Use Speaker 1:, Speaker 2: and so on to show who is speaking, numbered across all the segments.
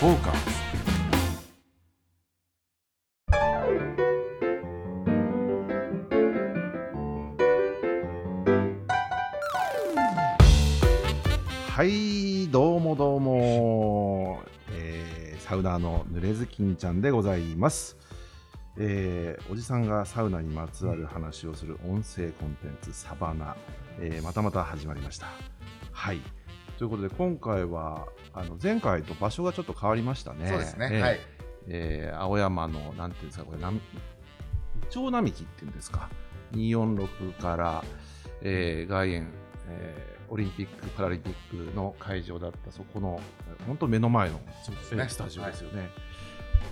Speaker 1: フォーカスはいどうもどうも、えーサウナーの濡れずきんちゃんでございます、えーおじさんがサウナにまつわる話をする音声コンテンツサバナ、えーまたまた始まりましたはいということで今回はあの前回と場所がちょっと変わりましたね
Speaker 2: そうですね、
Speaker 1: えー
Speaker 2: はい、
Speaker 1: えー青山の、なんていうんですか、これ、並イチョウ並木っていうんですか、246から、えー外苑、えーオリンピック・パラリンピックの会場だった、そこの、本当目の前の、
Speaker 2: そうで
Speaker 1: えースタジオですよね。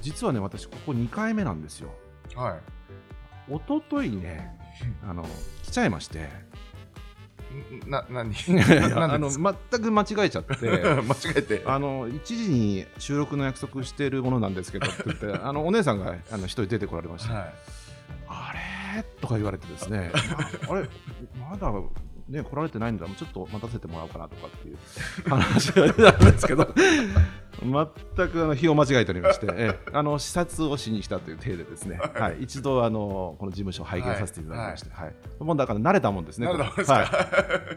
Speaker 1: 実はね、私、ここ2回目なんですよ。
Speaker 2: はい、
Speaker 1: 一昨日ね、あの、来ちゃいまして、
Speaker 2: んな 何
Speaker 1: あ
Speaker 2: なん
Speaker 1: の、
Speaker 2: でです
Speaker 1: 全く間違えちゃって、
Speaker 2: か 間違えて
Speaker 1: あの1時に収録の約束してるものなんですけどって言ってあのお姉さんがあの一人出てこられました、
Speaker 2: は
Speaker 1: あれとか言われてですね ああれまだね来られてないんだちょっと待たせてもらおうかなとかっていう 話が出たんですけど全くあの日を間違えておりましてええあの視察をしに来たという体でですね、はい、一度あのこの事務所を拝見させていただきまして、はいもうだから慣れたもんです
Speaker 2: い、
Speaker 1: ね
Speaker 2: なるほどですか、
Speaker 1: はい、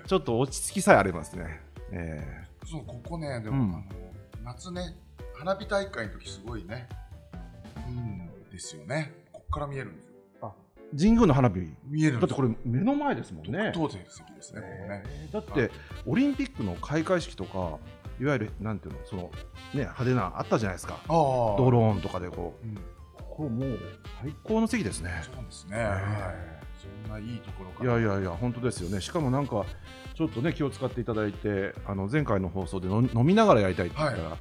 Speaker 1: ちょっと落ち着きさえありますね。え
Speaker 2: そうここねでも、
Speaker 1: うん
Speaker 2: あの夏ね花火大会の時すごいねいいんですよねここから見えるんですよ
Speaker 1: え神宮の花火
Speaker 2: 見えるん
Speaker 1: だって
Speaker 2: です
Speaker 1: これ目の前ですもんね。
Speaker 2: 特等席ですねここね
Speaker 1: だってオリンピックの開会式とかいわゆるなんていうのそのね派手なあったじゃないですか。
Speaker 2: ああ
Speaker 1: ドローンとかでこ
Speaker 2: うん、
Speaker 1: うここもう最高の席ですね。
Speaker 2: そうですね、
Speaker 1: え
Speaker 2: はいそんないいところか
Speaker 1: い
Speaker 2: ら
Speaker 1: やいやいや本当ですよね。しかもなんかちょっとね気を使っていただいてあの前回の放送での飲みながらやりたいって言ったら、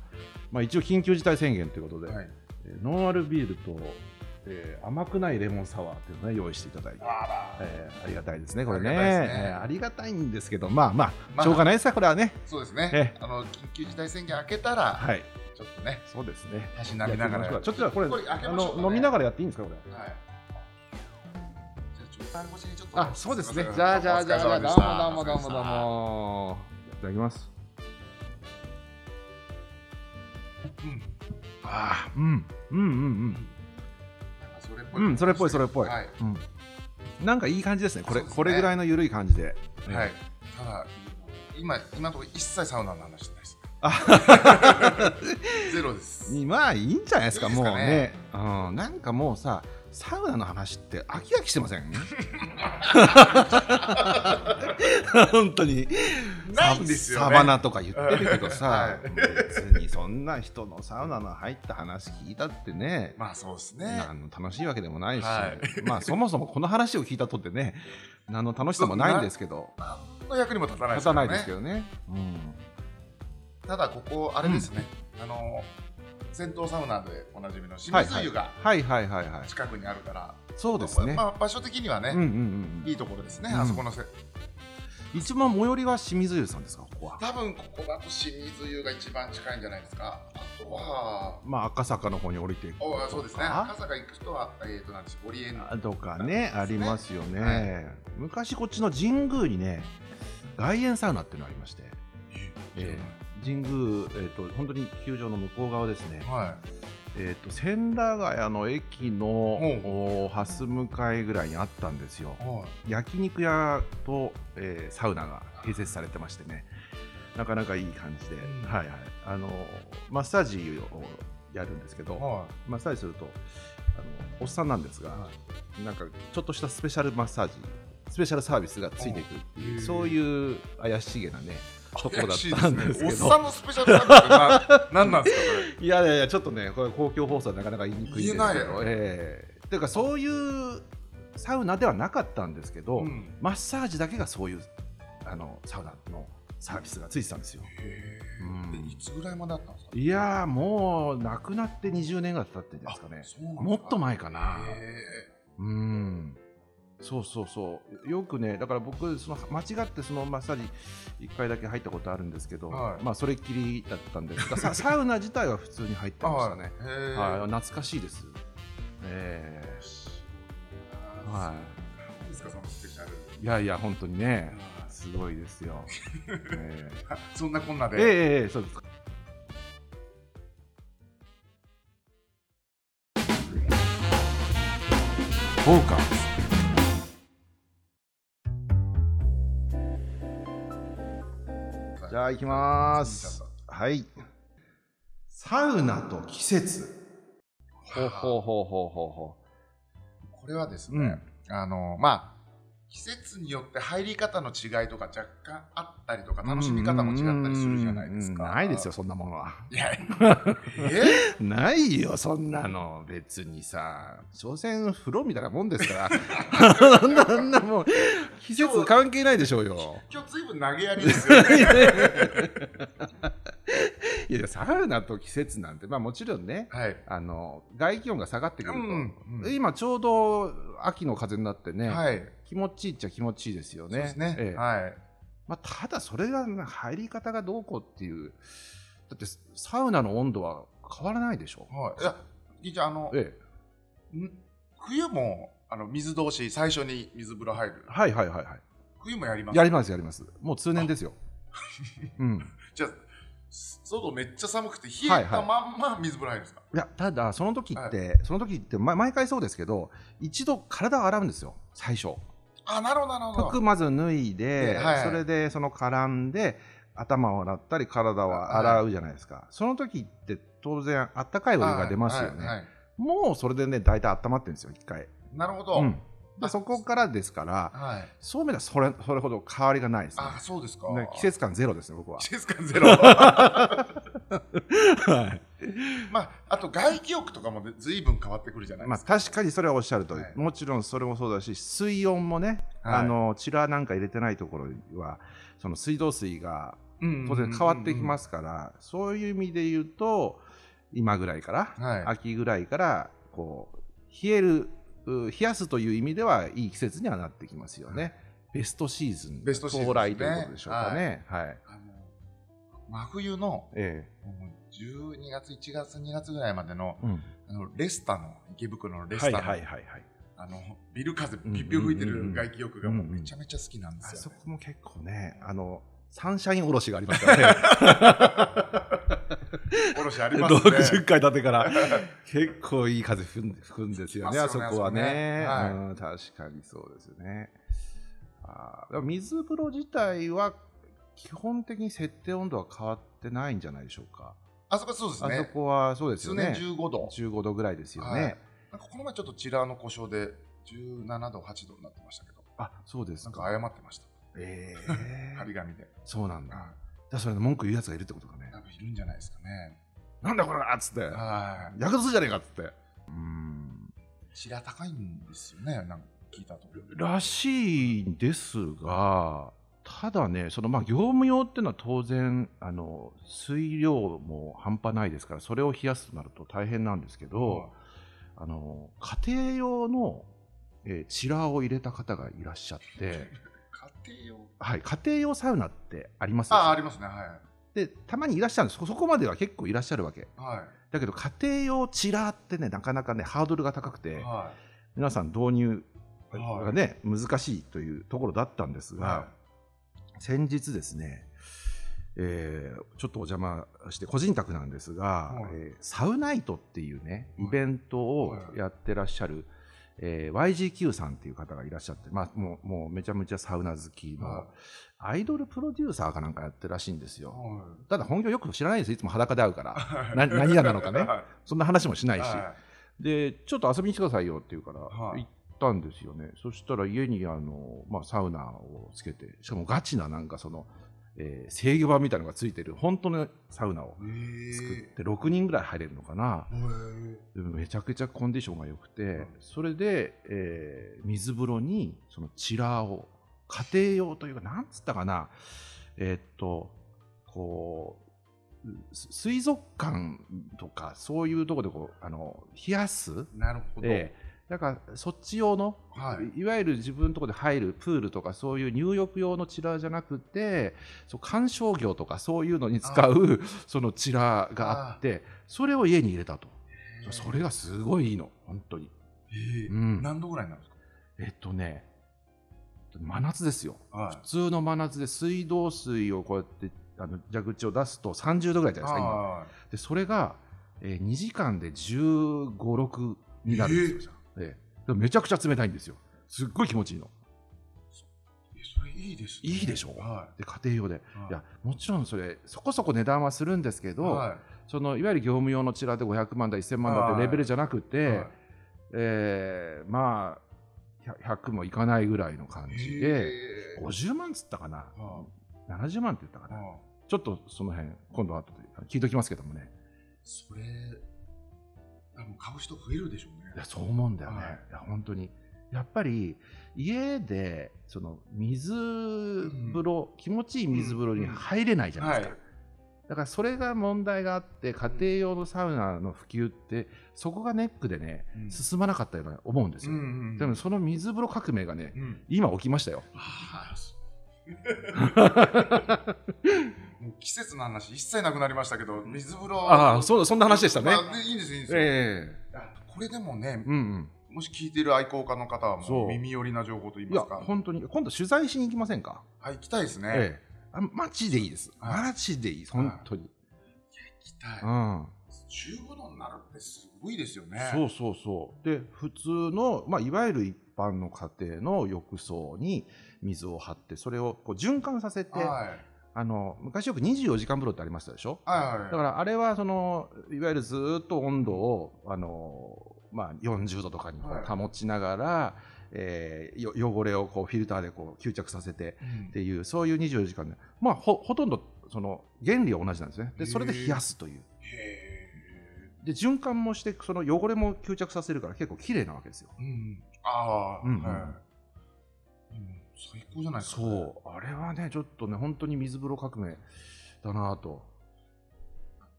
Speaker 1: まあ一応緊急事態宣言ということで、
Speaker 2: はい、
Speaker 1: えーノンアルビールと、えー甘くないレモンサワーっていうのをね用意していただいて。
Speaker 2: あら、
Speaker 1: えーありがたいですね、これね
Speaker 2: ありがたいですね
Speaker 1: えーありがたいんですけど、まあまあ、
Speaker 2: まあ
Speaker 1: しょうがないですか、これはね。
Speaker 2: そうですね、
Speaker 1: え
Speaker 2: あの緊急事態宣言明けたら、
Speaker 1: はい、
Speaker 2: ちょっとね
Speaker 1: そうですね。
Speaker 2: たしなみな
Speaker 1: ち
Speaker 2: が
Speaker 1: ょっ
Speaker 2: ら
Speaker 1: とじゃあこれ
Speaker 2: これ開け
Speaker 1: あ
Speaker 2: ましょうかね
Speaker 1: の飲みながらやっていいんですかこれ。
Speaker 2: はい。じゃあ、ちょっと、単語しにちょっと。
Speaker 1: あそうですね
Speaker 2: い。ません
Speaker 1: じゃあじゃあじゃあじゃあどうもどうもどうもどう。も。いただきます。
Speaker 2: お疲れ様でしたうん。
Speaker 1: ああうんうんうん
Speaker 2: なんかそれっぽ
Speaker 1: うんうんそれっぽいそれっぽい。
Speaker 2: はい。
Speaker 1: うんなんかいい感じですねこれ
Speaker 2: そうですね
Speaker 1: これぐらいの緩い感じで。
Speaker 2: はい。ただ、今、今のところ一切サウナの話してないです。 ゼロです。
Speaker 1: うん。まあいいんじゃないですか
Speaker 2: いいで
Speaker 1: も
Speaker 2: す
Speaker 1: う
Speaker 2: か
Speaker 1: ね
Speaker 2: ね。
Speaker 1: うんなんかもうさサウナの話って飽き飽きしてません。 本当に。
Speaker 2: ないんですよ、ね。
Speaker 1: サバナとか言ってるけどさ、
Speaker 2: はい
Speaker 1: 別にそんな人のサウナの入った話聞いたってね、
Speaker 2: まあ、そうですね。
Speaker 1: 何の楽しいわけでもないし、
Speaker 2: は
Speaker 1: まあそもそもこの話を聞いたとってね、何の楽しさもないんですけど、
Speaker 2: の役にも立たないで
Speaker 1: 立
Speaker 2: すか
Speaker 1: たな
Speaker 2: ら
Speaker 1: い
Speaker 2: ね。
Speaker 1: ですけどね。うん
Speaker 2: ただ、ここ、あれですね。あの、銭湯サウナでおなじみの清水湯が
Speaker 1: はいはいはいはい。
Speaker 2: 近くにあるから、
Speaker 1: そうですね。
Speaker 2: まあ、場所的にはね、
Speaker 1: うんうんうん
Speaker 2: いいところですね、
Speaker 1: うん
Speaker 2: あそこのせ
Speaker 1: うん、一番最寄りは清水湯さんですか、ここは。
Speaker 2: 多分ここだと清水湯が一番近いんじゃないですかあとは
Speaker 1: まあ赤坂の方に降りていく
Speaker 2: おそうですね
Speaker 1: あ
Speaker 2: 赤坂行く人はえっ、となんですオリエンタ
Speaker 1: とかね、ありますよね、
Speaker 2: は
Speaker 1: 昔こっちの神宮にね、外苑サウナっていうのがありまして、えー神宮、えーと、本当に球場の向こう側ですね、
Speaker 2: は
Speaker 1: えー、と千駄ヶ谷の駅の
Speaker 2: うん
Speaker 1: おー蓮向かいぐらいにあったんですよ
Speaker 2: い、はい
Speaker 1: 焼肉屋と、えーサウナが併設されてましてね、なかなかいい感じで、
Speaker 2: うん
Speaker 1: はいはい、あのマッサージをやるんですけど、
Speaker 2: は
Speaker 1: マッサージするとあのおっさんなんですが、
Speaker 2: は
Speaker 1: なんかちょっとしたスペシャルマッサージスペシャルサービスがついてくるっていう
Speaker 2: うん
Speaker 1: そういう怪しげなねとこ
Speaker 2: い
Speaker 1: だっ
Speaker 2: 怪しいで
Speaker 1: た
Speaker 2: す
Speaker 1: んです
Speaker 2: ねお
Speaker 1: け
Speaker 2: っ
Speaker 1: ど
Speaker 2: さんのスペシャルサービスってな何なんですか
Speaker 1: いやいやいやちょっとねこれ公共放送はなかなか言いにくいですけど
Speaker 2: 言えないよ
Speaker 1: ええていうかそういうサウナではなかったんですけど、
Speaker 2: これ、うん
Speaker 1: マッサージだけがそういうあのサウナのサービスがついてたんですよ
Speaker 2: へ
Speaker 1: うん
Speaker 2: ーでいつぐらいまであったんですか
Speaker 1: いやーもうなくなって20年が経ってんじゃないですかね
Speaker 2: そうなんだ
Speaker 1: もっと前かな
Speaker 2: へ
Speaker 1: うんそうそうそうよくねだから僕その間違ってそのマッサージ1回だけ入ったことあるんですけど、
Speaker 2: はい
Speaker 1: まあそれっきりだったんですが さサウナ自体は普通に入って
Speaker 2: ー
Speaker 1: ました
Speaker 2: はい
Speaker 1: ね、
Speaker 2: へ
Speaker 1: はい、
Speaker 2: ー
Speaker 1: 懐かしいです。ええ
Speaker 2: あ
Speaker 1: は
Speaker 2: ーそうですかそのスペシャル
Speaker 1: い。いやいや、本当にね、すごいです よ。え
Speaker 2: あそんなこんな
Speaker 1: え
Speaker 2: で
Speaker 1: ええええそうです。そうかじゃあ行きますはいサウナと季節
Speaker 2: ほうほ
Speaker 3: うほうほうほうほ
Speaker 2: これはです
Speaker 1: う
Speaker 2: ね
Speaker 1: ん、
Speaker 2: あのまあ季節によって入り方の違いとか若干あったりとか楽しみ方も違ったりするじゃないですか。
Speaker 1: うんないですよ。そんなものはい
Speaker 2: や、え
Speaker 1: ないよそんなの別にさ所詮風呂みたいなもんですからそんなそんなもう季節関係ないでしょうよ
Speaker 2: 今日ずいぶん投げやりですよね。
Speaker 1: いやいやサウナと季節なんてまあもちろんね
Speaker 2: はい。
Speaker 1: あの外気温が下がってくると、
Speaker 2: うんうん
Speaker 1: 今ちょうど秋の風になってね、
Speaker 2: はい。
Speaker 1: 気持ちいいっちゃ気持ちいいですよね。
Speaker 2: そうですね。
Speaker 1: ええ
Speaker 2: はい。
Speaker 1: まあ、ただそれが入り方がどうこうっていうだってサウナの温度は変わらないでしょ。
Speaker 2: はい。いや、銀ちゃん、あの、
Speaker 1: ええ、
Speaker 2: ん冬も、あの、水通し、最初に水風呂入る。
Speaker 1: はいはいはいは
Speaker 2: 冬もやりま
Speaker 1: い。
Speaker 2: す。
Speaker 1: やりますやります。もう通年ですよ。うん、
Speaker 2: じゃあ、す外めっちゃ寒くて、冷
Speaker 1: はい
Speaker 2: え
Speaker 1: は
Speaker 2: た
Speaker 1: い
Speaker 2: まんま水風呂入るんですか、
Speaker 1: いやただその時って、その時ってま毎回そうですけど一度体を洗うんですよ最初。
Speaker 2: あ、なるほど、なるほ
Speaker 1: 服
Speaker 2: ど。
Speaker 1: まず脱いで、
Speaker 2: ええはい
Speaker 1: それでその絡んで頭を洗ったり体を洗うじゃないですか、その時って当然あったかいお湯が出ますよね、
Speaker 2: はいはいはい
Speaker 1: もうそれでね大体温まってるんですよ一回、
Speaker 2: なるほど。
Speaker 1: うん、でそこからですから
Speaker 2: はい。
Speaker 1: そうめんはそれそれほど変わりがないですね
Speaker 2: あ、そうですか。
Speaker 1: ね季節感ゼロですね 僕は
Speaker 2: 季節感ゼロ。
Speaker 1: はい
Speaker 2: まあ、あと外気浴とかもねずいぶん変わってくるじゃないで
Speaker 1: まあ
Speaker 2: すか。
Speaker 1: 確かにそれはおっしゃるとり、
Speaker 2: はい
Speaker 1: もちろんそれもそうだし水温もね、
Speaker 2: はい
Speaker 1: あのチラーなんか入れてないところはその水道水が当
Speaker 2: 当。
Speaker 1: 然変わってきますすから、そういう意味で言うと今ぐらいから、
Speaker 2: はい
Speaker 1: 秋ぐらいからこう冷えるう冷やすという意味ではいい季節にはなってきますよね。ベストシーズン
Speaker 2: ベストシーズン
Speaker 1: 到来と
Speaker 2: です
Speaker 1: い
Speaker 2: ね
Speaker 1: うことでしょうかね。はい、
Speaker 2: あの真冬の
Speaker 1: え
Speaker 2: もう12月、1月、2月ぐらいまでの
Speaker 1: え、うん、
Speaker 2: あのレスタの池袋のレス
Speaker 1: は
Speaker 2: タ
Speaker 1: い
Speaker 2: の,、
Speaker 1: はいはいはい。
Speaker 2: あのビル風ピュッピュ吹いて
Speaker 1: うんうんうんう
Speaker 2: る
Speaker 1: ん
Speaker 2: 外気浴がもう
Speaker 1: うんうん
Speaker 2: めちゃめちゃ好きなんで
Speaker 1: あ
Speaker 2: す
Speaker 1: そ
Speaker 2: よ、ね
Speaker 1: こも結構ね、あのサンシャインおろしがありますからね。
Speaker 2: おろしありますね
Speaker 1: 60階建てから 結構いい風吹ん吹くんですよね、あ
Speaker 2: 吹き
Speaker 1: そ
Speaker 2: ますよね
Speaker 1: こはね、
Speaker 2: あそこね
Speaker 1: うん確かにそうですよね。あーでも水風呂自体は基本的に設定温度は変わってないんじゃないでしょうか。
Speaker 2: あそこそうです
Speaker 1: あそ
Speaker 2: ね
Speaker 1: こはそうですよ
Speaker 2: 通年
Speaker 1: ね。
Speaker 2: 15度
Speaker 1: 15度ぐらいですよね。
Speaker 2: はいなんかこの前ちょっとチラーの故障で17度8度になってましたけど
Speaker 1: あそうです
Speaker 2: なん
Speaker 1: か。
Speaker 2: か謝ってました
Speaker 1: え
Speaker 2: 張り
Speaker 1: ー、
Speaker 2: 紙で、
Speaker 1: そうなんだ。だか
Speaker 2: あ
Speaker 1: らそれで文句言うやつがいるってことかね。
Speaker 2: 多分いるんじゃないですかね
Speaker 1: なんだこれっつって、
Speaker 2: はい
Speaker 1: ヤクザじゃねえかっつって。うん
Speaker 2: チラー高いんですよねなんか聞いたところ
Speaker 1: らしいんですが、ただね、そのまあ業務用っていうのは当然あの、水量も半端ないですから、それを冷やすとなると大変なんですけど、あの家庭用の、えーチラーを入れた方がいらっしゃって、
Speaker 2: 家庭用
Speaker 1: はい、家庭用サウナってありますでしょ
Speaker 2: あありますねはい
Speaker 1: でたまにいらっしゃるんですそ、そこまでは結構いらっしゃるわけ。
Speaker 2: は
Speaker 1: だけど、家庭用チラーってね、なかなかね、ハードルが高くて。
Speaker 2: いは
Speaker 1: 皆さん導入
Speaker 2: はい
Speaker 1: がね、難しいというところだったんです
Speaker 2: い
Speaker 1: が、先日ですね、えーちょっとお邪魔して個人宅なんですが、
Speaker 2: はい
Speaker 1: えーサウナイトっていうね
Speaker 2: はい
Speaker 1: イベントを
Speaker 2: はい
Speaker 1: やってらっしゃる、えー YGQ さんっていう方がいらっしゃって、まあ、もうもうめちゃめちゃサウナ好き
Speaker 2: はい
Speaker 1: のアイドルプロデューサーかなんかやってるらしいんですよ。
Speaker 2: は
Speaker 1: ただ本業よく知らないですいつも裸で会う から
Speaker 2: い
Speaker 1: な何屋なのかね
Speaker 2: は
Speaker 1: そんな話もしないいし、
Speaker 2: は
Speaker 1: でちょっと遊びに来てくださいよって言うから、
Speaker 2: はい
Speaker 1: 行ったんですよねそしたら家にあの、まあ、サウナをつけてしかもガチななんかその、えー制御盤みたいなのがついてる本当のサウナを
Speaker 2: いへえ
Speaker 1: 作って6人ぐらい入れるのかな、
Speaker 2: へえ
Speaker 1: でめちゃくちゃコンディションが良くて、
Speaker 2: ん
Speaker 1: それで、えー水風呂にそのチラーを家庭用というかなんつったかなえーっとこうす水族館とかそういうところでこうあの冷やす
Speaker 2: なるほど、
Speaker 1: ええ、だからそっち用の、
Speaker 2: はい
Speaker 1: い、わゆる自分のところで入るプールとかそういう入浴用のチラーじゃなくてそう観賞魚とかそういうのに使うそのチラーがあってそれを家に入れたとそれがすごいいいの本当に
Speaker 2: へえ
Speaker 1: うん
Speaker 2: 何度ぐらいになるんです
Speaker 1: えっとね真夏ですよ
Speaker 2: かはい
Speaker 1: 普通の真夏で水道水をこうやってあの蛇口を出すと30度ぐらいじゃないですか今
Speaker 2: は
Speaker 1: でそれが、えー、2時間で1 5 6になるんですよ、ええでもめちゃくちゃ冷たいんですよすっごい気持ちいいの
Speaker 2: えそれいいです、ね、
Speaker 1: いいでしょ
Speaker 2: は
Speaker 1: で家庭用で
Speaker 2: いはい
Speaker 1: いやもちろんそれそこそこ値段はするんですけど、
Speaker 2: はい
Speaker 1: そのいわゆる業務用のチラで500万だ1000万だってレベルじゃなくて、
Speaker 2: はい
Speaker 1: えーまあ100 100もいかないぐらいの感じで
Speaker 2: へー
Speaker 1: 50万っつったかな
Speaker 2: は
Speaker 1: 70万って言ったか
Speaker 2: あ
Speaker 1: な
Speaker 2: はあ
Speaker 1: ちょっとその辺今度は後で聞いときますけどもね
Speaker 2: それ多分買う人増えるでしょうね
Speaker 1: いやそう思うんだよね、
Speaker 2: はい
Speaker 1: い、や本当にやっぱり家でその水風呂、気持ちいい水風呂に入れないじゃないですか、
Speaker 2: はい
Speaker 1: だからそれが問題があって家庭用のサウナの普及ってそこがネックでね
Speaker 2: うん
Speaker 1: 進まなかったような思うんですよ、
Speaker 2: うんうんうん
Speaker 1: でもその水風呂革命がね
Speaker 2: うん
Speaker 1: 今起きましたよ
Speaker 2: ああそう もう季節の話一切なくなりましたけど水風呂
Speaker 1: そうそんな
Speaker 2: まあでいいんですいいんですよ、
Speaker 1: え
Speaker 2: あこれでもね
Speaker 1: え、うん
Speaker 2: もし聞いてる愛好家の方はも
Speaker 1: そうう
Speaker 2: 耳寄りな情報と言い
Speaker 1: うんいや
Speaker 2: ますか
Speaker 1: 本当に今度取材しに行きませんか、
Speaker 2: はい行きたいですね、
Speaker 1: ええあマジでいいです
Speaker 2: はい
Speaker 1: マジでいい本当に、
Speaker 2: 行きたい
Speaker 1: うん
Speaker 2: 15度になるってすごいですよね
Speaker 1: そうそうそうで普通の、まあ、いわゆる一般の家庭の浴槽に水を張ってそれをこう循環させて
Speaker 2: はい
Speaker 1: あの昔よく24時間風呂ってありましたでしょ
Speaker 2: はいはい
Speaker 1: だからあれはそのいわゆるずーっと温度をあの、まあ、40度とかにこう
Speaker 2: はい
Speaker 1: 保ちながら、えーよ汚れをこうフィルターでこう吸着させて
Speaker 2: うん
Speaker 1: っていうそういう24時間で、まあ、ほほとんどその原理は同じなんですねでそれで
Speaker 2: へー
Speaker 1: 冷やすという
Speaker 2: へ
Speaker 1: で循環もしてその汚れも吸着させるから結構綺麗なわけですよ
Speaker 2: ーうんああ、
Speaker 1: うんうん
Speaker 2: はいでも最高じゃないですか、
Speaker 1: そうあれはねちょっとね本当に水風呂革命だなと、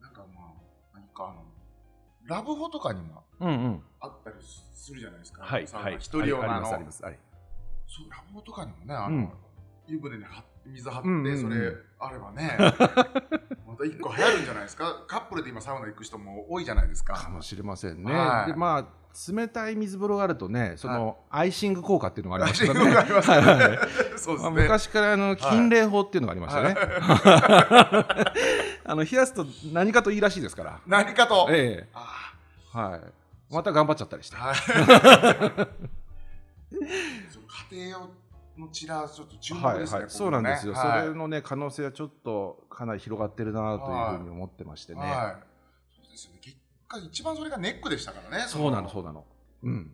Speaker 2: なんかまあなんかあのラブホとかにも
Speaker 1: うんうん、
Speaker 2: あったりするじゃないですか
Speaker 1: はい
Speaker 2: サウ
Speaker 1: は
Speaker 2: ナ
Speaker 1: い
Speaker 2: 一人用の
Speaker 1: あ
Speaker 2: あ
Speaker 1: りま
Speaker 2: の
Speaker 1: すありますあり
Speaker 2: そうラブホとかにもねあの、
Speaker 1: うん
Speaker 2: 湯船に張って水張って、
Speaker 1: うんうんうん
Speaker 2: それあれば ねまた一個流行るんじゃないですかカップルで今サウナ行く人も多いじゃないですか
Speaker 1: かもしれませんね、
Speaker 2: はい
Speaker 1: でまあ冷たい水風呂があるとねその、アイシング効果っていうのがありま
Speaker 2: 私
Speaker 1: し
Speaker 2: よ
Speaker 1: た
Speaker 2: く
Speaker 1: ね
Speaker 2: ありますね
Speaker 1: はいはい
Speaker 2: そうで
Speaker 1: まあ
Speaker 2: すね
Speaker 1: 昔からあの禁令法っていうのがありましたね、 あの冷やすと何かといいらしいですから
Speaker 2: 何かと、
Speaker 1: え
Speaker 2: あ
Speaker 1: えはいまた頑張っちゃったりして
Speaker 2: あはい その家庭用のチラちょっと注目ですね、ここね
Speaker 1: そうなんですよ、
Speaker 2: はい
Speaker 1: それのね可能性はちょっとかなり広がってるなというふうに思ってましてね、
Speaker 2: はい、そうですよね結果一番それがネックでしたからね
Speaker 1: そうなのそうなのうん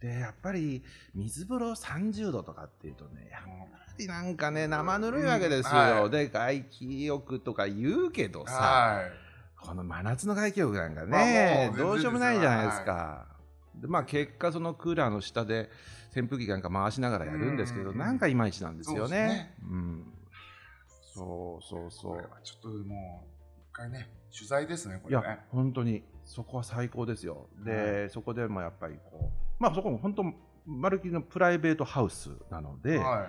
Speaker 1: でやっぱり水風呂30度とかっていうとねやっ
Speaker 2: も
Speaker 1: ぱりなんかね生ぬるいわけですよ、
Speaker 2: うんはい
Speaker 1: で外気浴とか言うけど
Speaker 2: う
Speaker 1: さ
Speaker 2: はい
Speaker 1: この真夏の外気浴なんか
Speaker 2: まあもう
Speaker 1: ね、
Speaker 2: 全然
Speaker 1: どうしようもないじゃないですか、でまあ結果そのクーラーの下で扇風機なんか回しながらやるんですけど、
Speaker 2: うん
Speaker 1: なんかいまいちなんですよ
Speaker 2: そうです
Speaker 1: ね
Speaker 2: ね
Speaker 1: うんそうそうそ
Speaker 2: これ
Speaker 1: う
Speaker 2: はちょっともう一回ね取材ですねこ
Speaker 1: い
Speaker 2: れ
Speaker 1: や、
Speaker 2: ね
Speaker 1: 本当にそこは最高ですよ。で、
Speaker 2: は
Speaker 1: そこでもやっぱりこう、まあ、そこも本当、まるきりのプライベートハウスなので、
Speaker 2: は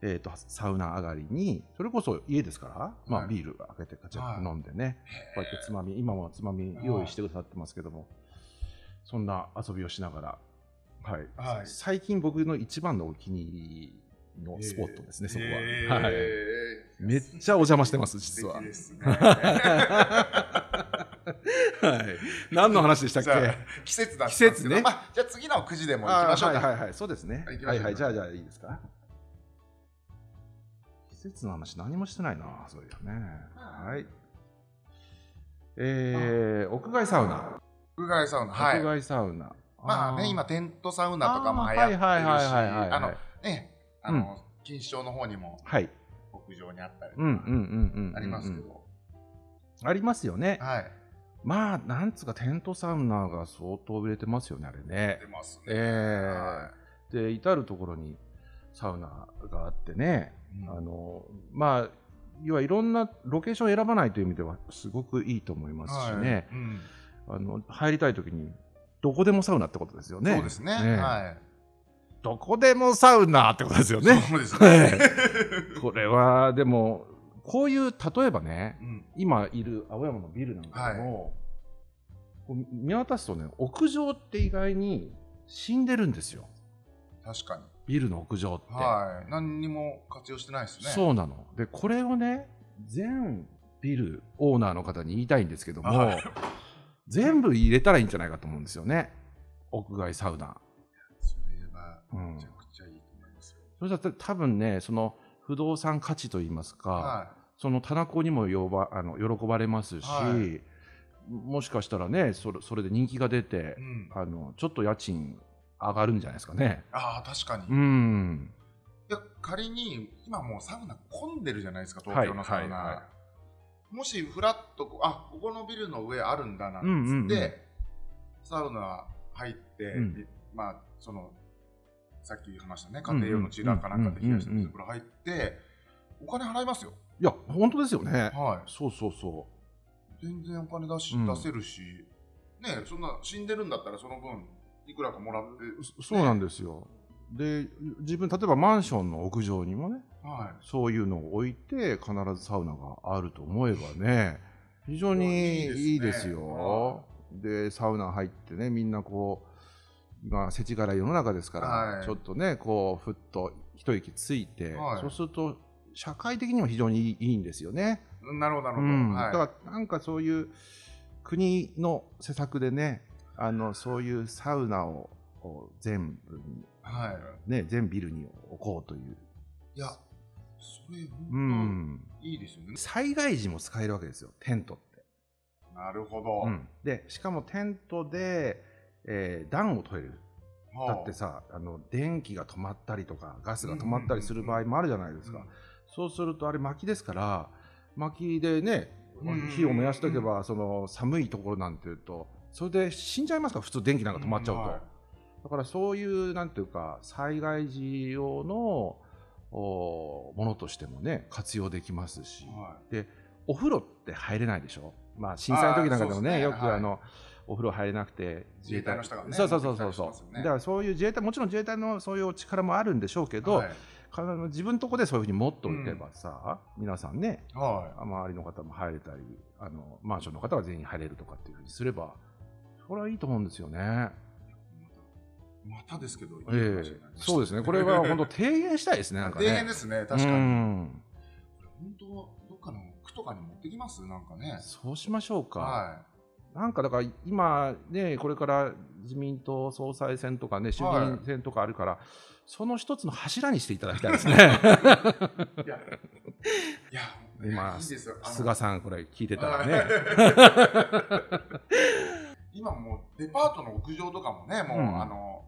Speaker 1: えー、とサウナ上がりに、それこそ家ですから、ま
Speaker 2: は
Speaker 1: あ、
Speaker 2: い
Speaker 1: ビール開けて、ガチャッ
Speaker 2: は
Speaker 1: と飲んでね、こうやってつまみ、今もつまみ用意してくださってますけども、そんな遊びをしながら、はい
Speaker 2: はい
Speaker 1: 最近、僕の一番のお気に入りの
Speaker 2: い
Speaker 1: スポットですね、そこは、
Speaker 2: え
Speaker 1: はい。
Speaker 2: ー
Speaker 1: めっちゃお邪魔してます、実
Speaker 2: 素
Speaker 1: は
Speaker 2: 敵。です ね
Speaker 1: はい、何の話でしたっ
Speaker 2: じゃあ
Speaker 1: け
Speaker 2: 季節だったんです
Speaker 1: 季
Speaker 2: け
Speaker 1: 節
Speaker 2: ど
Speaker 1: ね
Speaker 2: まあじゃあ次のくじでも行きましょう
Speaker 1: あーはい
Speaker 2: か
Speaker 1: はいはい、そうですね。
Speaker 2: はい行きま
Speaker 1: は
Speaker 2: しょ
Speaker 1: いうはい、じゃあじゃあいいですか。季節の話何もしてないな、そういうね。はい。えー、屋外サウナ。
Speaker 2: 屋外サウナはい
Speaker 1: 屋外サウナ。
Speaker 2: まあね今テントサウナとかも流行ってるし
Speaker 1: あーはいはいはいはいはい
Speaker 2: あのねあの錦糸町の方にも
Speaker 1: はい。
Speaker 2: 屋上にあったりと
Speaker 1: うんうんうん
Speaker 2: か
Speaker 1: うんうん。
Speaker 2: ありますけど
Speaker 1: ありますよね。
Speaker 2: はい
Speaker 1: まあ、なんつうかテントサウナが相当売れてますよね、あれね
Speaker 2: 出。ますね
Speaker 1: え
Speaker 2: は
Speaker 1: えで、至る所にサウナがあってね。
Speaker 2: いうん
Speaker 1: あのまあ要はいろんなロケーションを選ばないという意味ではすごくいいと思いますしね、
Speaker 2: はいうん
Speaker 1: あの入りたい時にどこでもサウナってことですよね
Speaker 2: そうですね
Speaker 1: え
Speaker 2: は
Speaker 1: どこでもサウナってことですよ
Speaker 2: い
Speaker 1: ね
Speaker 2: そうですね
Speaker 1: これはでもこういう例えばね
Speaker 2: うん
Speaker 1: 今いる青山のビルなんかでも、こう見渡すとね屋上って意外に死んでるんですよ
Speaker 2: 確かに
Speaker 1: ビルの屋上って、
Speaker 2: はい何にも活用してないですね
Speaker 1: そうなのでこれをね全ビルオーナーの方に言いたいんですけども、
Speaker 2: はい
Speaker 1: 全部入れたらいいんじゃないかと思うんですよね屋外サウナ
Speaker 2: そ
Speaker 1: うん
Speaker 2: めちゃくちゃいいと思いますよ。
Speaker 1: それだったら多分ね、その不動産価値といいますか、
Speaker 2: は
Speaker 1: その棚子にも呼ばあの喜ばれますし、
Speaker 2: は
Speaker 1: もしかしたらねそれ、それで人気が出て
Speaker 2: い。う、ん。
Speaker 1: あのちょっと家賃上がるんじゃないですかね。
Speaker 2: ああ、確かに。
Speaker 1: う
Speaker 2: い
Speaker 1: ん。
Speaker 2: や、仮に、今もうサウナ混んでるじゃないですか、
Speaker 1: はい
Speaker 2: 東京のサウナ。
Speaker 1: はいは
Speaker 2: もし、ふらっとこう、あここのビルの上あるんだなんつって、
Speaker 1: うんうんうん
Speaker 2: サウナ入って、
Speaker 1: うん
Speaker 2: いまあ、その、さっき話したね、家庭用のチーラーかなんか
Speaker 1: う
Speaker 2: で
Speaker 1: んうんうんうん
Speaker 2: 冷やした水風呂入って、お金払いますよ。
Speaker 1: いや、本当ですよね。
Speaker 2: はい。
Speaker 1: そうそうそ
Speaker 2: 全然お金出し、
Speaker 1: うん
Speaker 2: 出せるし、ねそんな死んでるんだったらその分いくらかもらって、
Speaker 1: う。そそうなんですよ。で、自分、例えばマンションの屋上にもね、
Speaker 2: は
Speaker 1: そういうのを置いて、必ずサウナがあると思えばね、非常にいいですよ。で、サウナ入ってね、みんなこう、まあ、世知辛い世の中ですから、
Speaker 2: はい
Speaker 1: ちょっとね、こう、ふっと一息ついて、
Speaker 2: はい
Speaker 1: そうすると、社会的にも非常にいいいいんですよね。
Speaker 2: い、なるほどなるほ
Speaker 1: う
Speaker 2: ど、
Speaker 1: ん
Speaker 2: はい、
Speaker 1: だからなんかそういう国の施策でねあのそういうサウナをこう全部に、
Speaker 2: は
Speaker 1: ね、全ビルに置こうという、
Speaker 2: い、いやそれ
Speaker 1: う
Speaker 2: 本
Speaker 1: ん、
Speaker 2: 当いいですよね、
Speaker 1: 災害時も使えるわけですよテントって、
Speaker 2: なるほど、
Speaker 1: うんでしかもテントで、えー暖を取れる
Speaker 2: は
Speaker 1: だ
Speaker 2: あ
Speaker 1: ってさあの電気が止まったりとかガスが止まったりする場合もあるじゃないですか、そうするとあれ薪ですから薪でね
Speaker 2: うん
Speaker 1: 火を燃やしておけばその寒いところなんていうとそれで死んじゃいますから普通電気なんか止まっちゃうと、
Speaker 2: うんはい
Speaker 1: だからそういうなんていうか災害時用のおものとしてもね活用できますし、
Speaker 2: は
Speaker 1: お風呂って入れないでしょ、まあ、震災の時なんかでもね
Speaker 2: あーそう
Speaker 1: よ
Speaker 2: ですね
Speaker 1: くあの、お風呂入れなくて
Speaker 2: 自衛隊の人がね
Speaker 1: そうそうそうそうそ
Speaker 2: 持ってきたりしますよ
Speaker 1: う、
Speaker 2: ね
Speaker 1: だからそういう自衛隊もちろん自衛隊のそういうお力もあるんでしょうけ
Speaker 2: い
Speaker 1: ど、
Speaker 2: はい
Speaker 1: 必ず自分のとこでそういうふうに持っておけばさ、皆さんね
Speaker 2: は
Speaker 1: 周りの方も入れたりあのマンションの方は全員入れるとかっていうふうにすればそれはいいと思うんですよね。
Speaker 2: いまたですけどいい話にな
Speaker 1: え
Speaker 2: りまし
Speaker 1: え
Speaker 2: た、
Speaker 1: そうですねこれは本当提言したいで すねなんかね。
Speaker 2: 大変ですね確
Speaker 1: う
Speaker 2: かに、
Speaker 1: ん
Speaker 2: これ本当どっかの区とかに持ってきますなんかね
Speaker 1: そうしましょうか、
Speaker 2: は
Speaker 1: なんかだから今ねこれから自民党総裁選とかね衆議院選とかあるから、その一つの柱にしていただきたいですね
Speaker 2: いいやいや
Speaker 1: 今
Speaker 2: いいですよ あの
Speaker 1: 菅さんこれ聞いてたらね。
Speaker 2: 今もうデパートの屋上とかもねもう、
Speaker 1: うん
Speaker 2: あの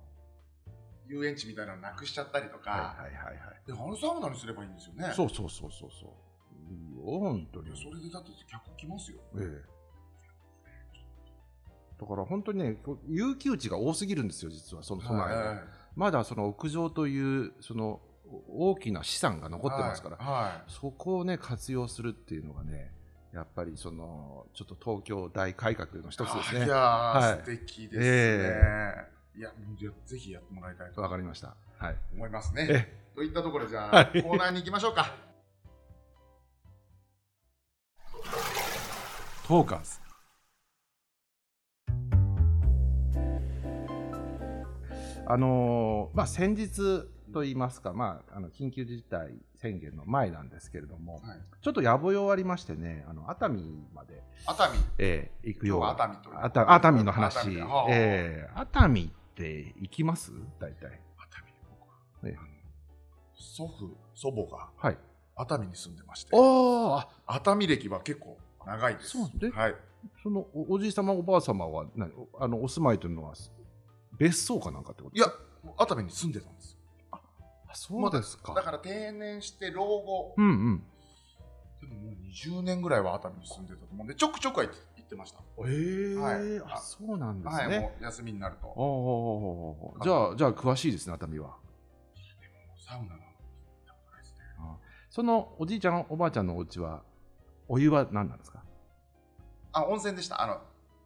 Speaker 2: 遊園地みたいなのなくしちゃったりとか、
Speaker 1: はいはいはいはい
Speaker 2: であれサウナにすればいいんですよね
Speaker 1: そううそうそうそうそう。いいよ、本当に。
Speaker 2: それでだって客来ますよ
Speaker 1: ええだから本当にね、こう有給地が多すぎるんですよ、実は、その都内
Speaker 2: はい
Speaker 1: はまだその屋上という、そのお大きな資産が残ってますから、
Speaker 2: は
Speaker 1: そこをね、活用するっていうのがね、やっぱりその、ちょっと東京大改革の
Speaker 2: い
Speaker 1: 一つです
Speaker 2: あい
Speaker 1: ね
Speaker 2: や。ー、
Speaker 1: はい
Speaker 2: 素敵ですね、
Speaker 1: え
Speaker 2: いやもうじゃあぜひやってもらいたいと
Speaker 1: わかりました。はい。
Speaker 2: 思いますね
Speaker 1: え
Speaker 2: といったところでじゃあ、
Speaker 1: はい
Speaker 2: コーナーに行きましょうか
Speaker 1: トーカーズ。あのーまあ、先日と言いますか、まあ、あの緊急事態宣言の前なんですけれども、
Speaker 2: はい
Speaker 1: ちょっと野暮用ありましてね、あの熱海まで、
Speaker 2: 熱海
Speaker 1: えー行く
Speaker 2: 今
Speaker 1: よ
Speaker 2: 日
Speaker 1: う
Speaker 2: は
Speaker 1: な
Speaker 2: 熱
Speaker 1: 熱熱海
Speaker 2: 海という
Speaker 1: の話
Speaker 2: 熱海はあ
Speaker 1: えー熱海って行きます大体。
Speaker 2: 熱海僕は、
Speaker 1: ええ
Speaker 2: あの祖父祖母が
Speaker 1: はい、
Speaker 2: 熱海に住んでまして
Speaker 1: おあ
Speaker 2: 熱海歴は結構長いです
Speaker 1: そうなんですね
Speaker 2: はい、
Speaker 1: そのおおじい様、おばあ様は何おあのお住まいというのは別荘かなんかってこと
Speaker 2: いや熱海に住んでたんですよ
Speaker 1: あそうですか。
Speaker 2: だから定年して老後、
Speaker 1: うんうん、
Speaker 2: でももう20年ぐらいは熱海に住んでたと思うんでちょくちょくは行って行ってました、
Speaker 1: ええ
Speaker 2: はい
Speaker 1: あそうなんです
Speaker 2: はい
Speaker 1: ね。
Speaker 2: もう休みになると
Speaker 1: おおーじゃあ、じゃあ詳しいですね、熱海は。
Speaker 2: サウナは行ったことないですね
Speaker 1: そのおじいちゃん、おばあちゃんのお家は、お湯は何なんですか
Speaker 2: あ温泉でしたあの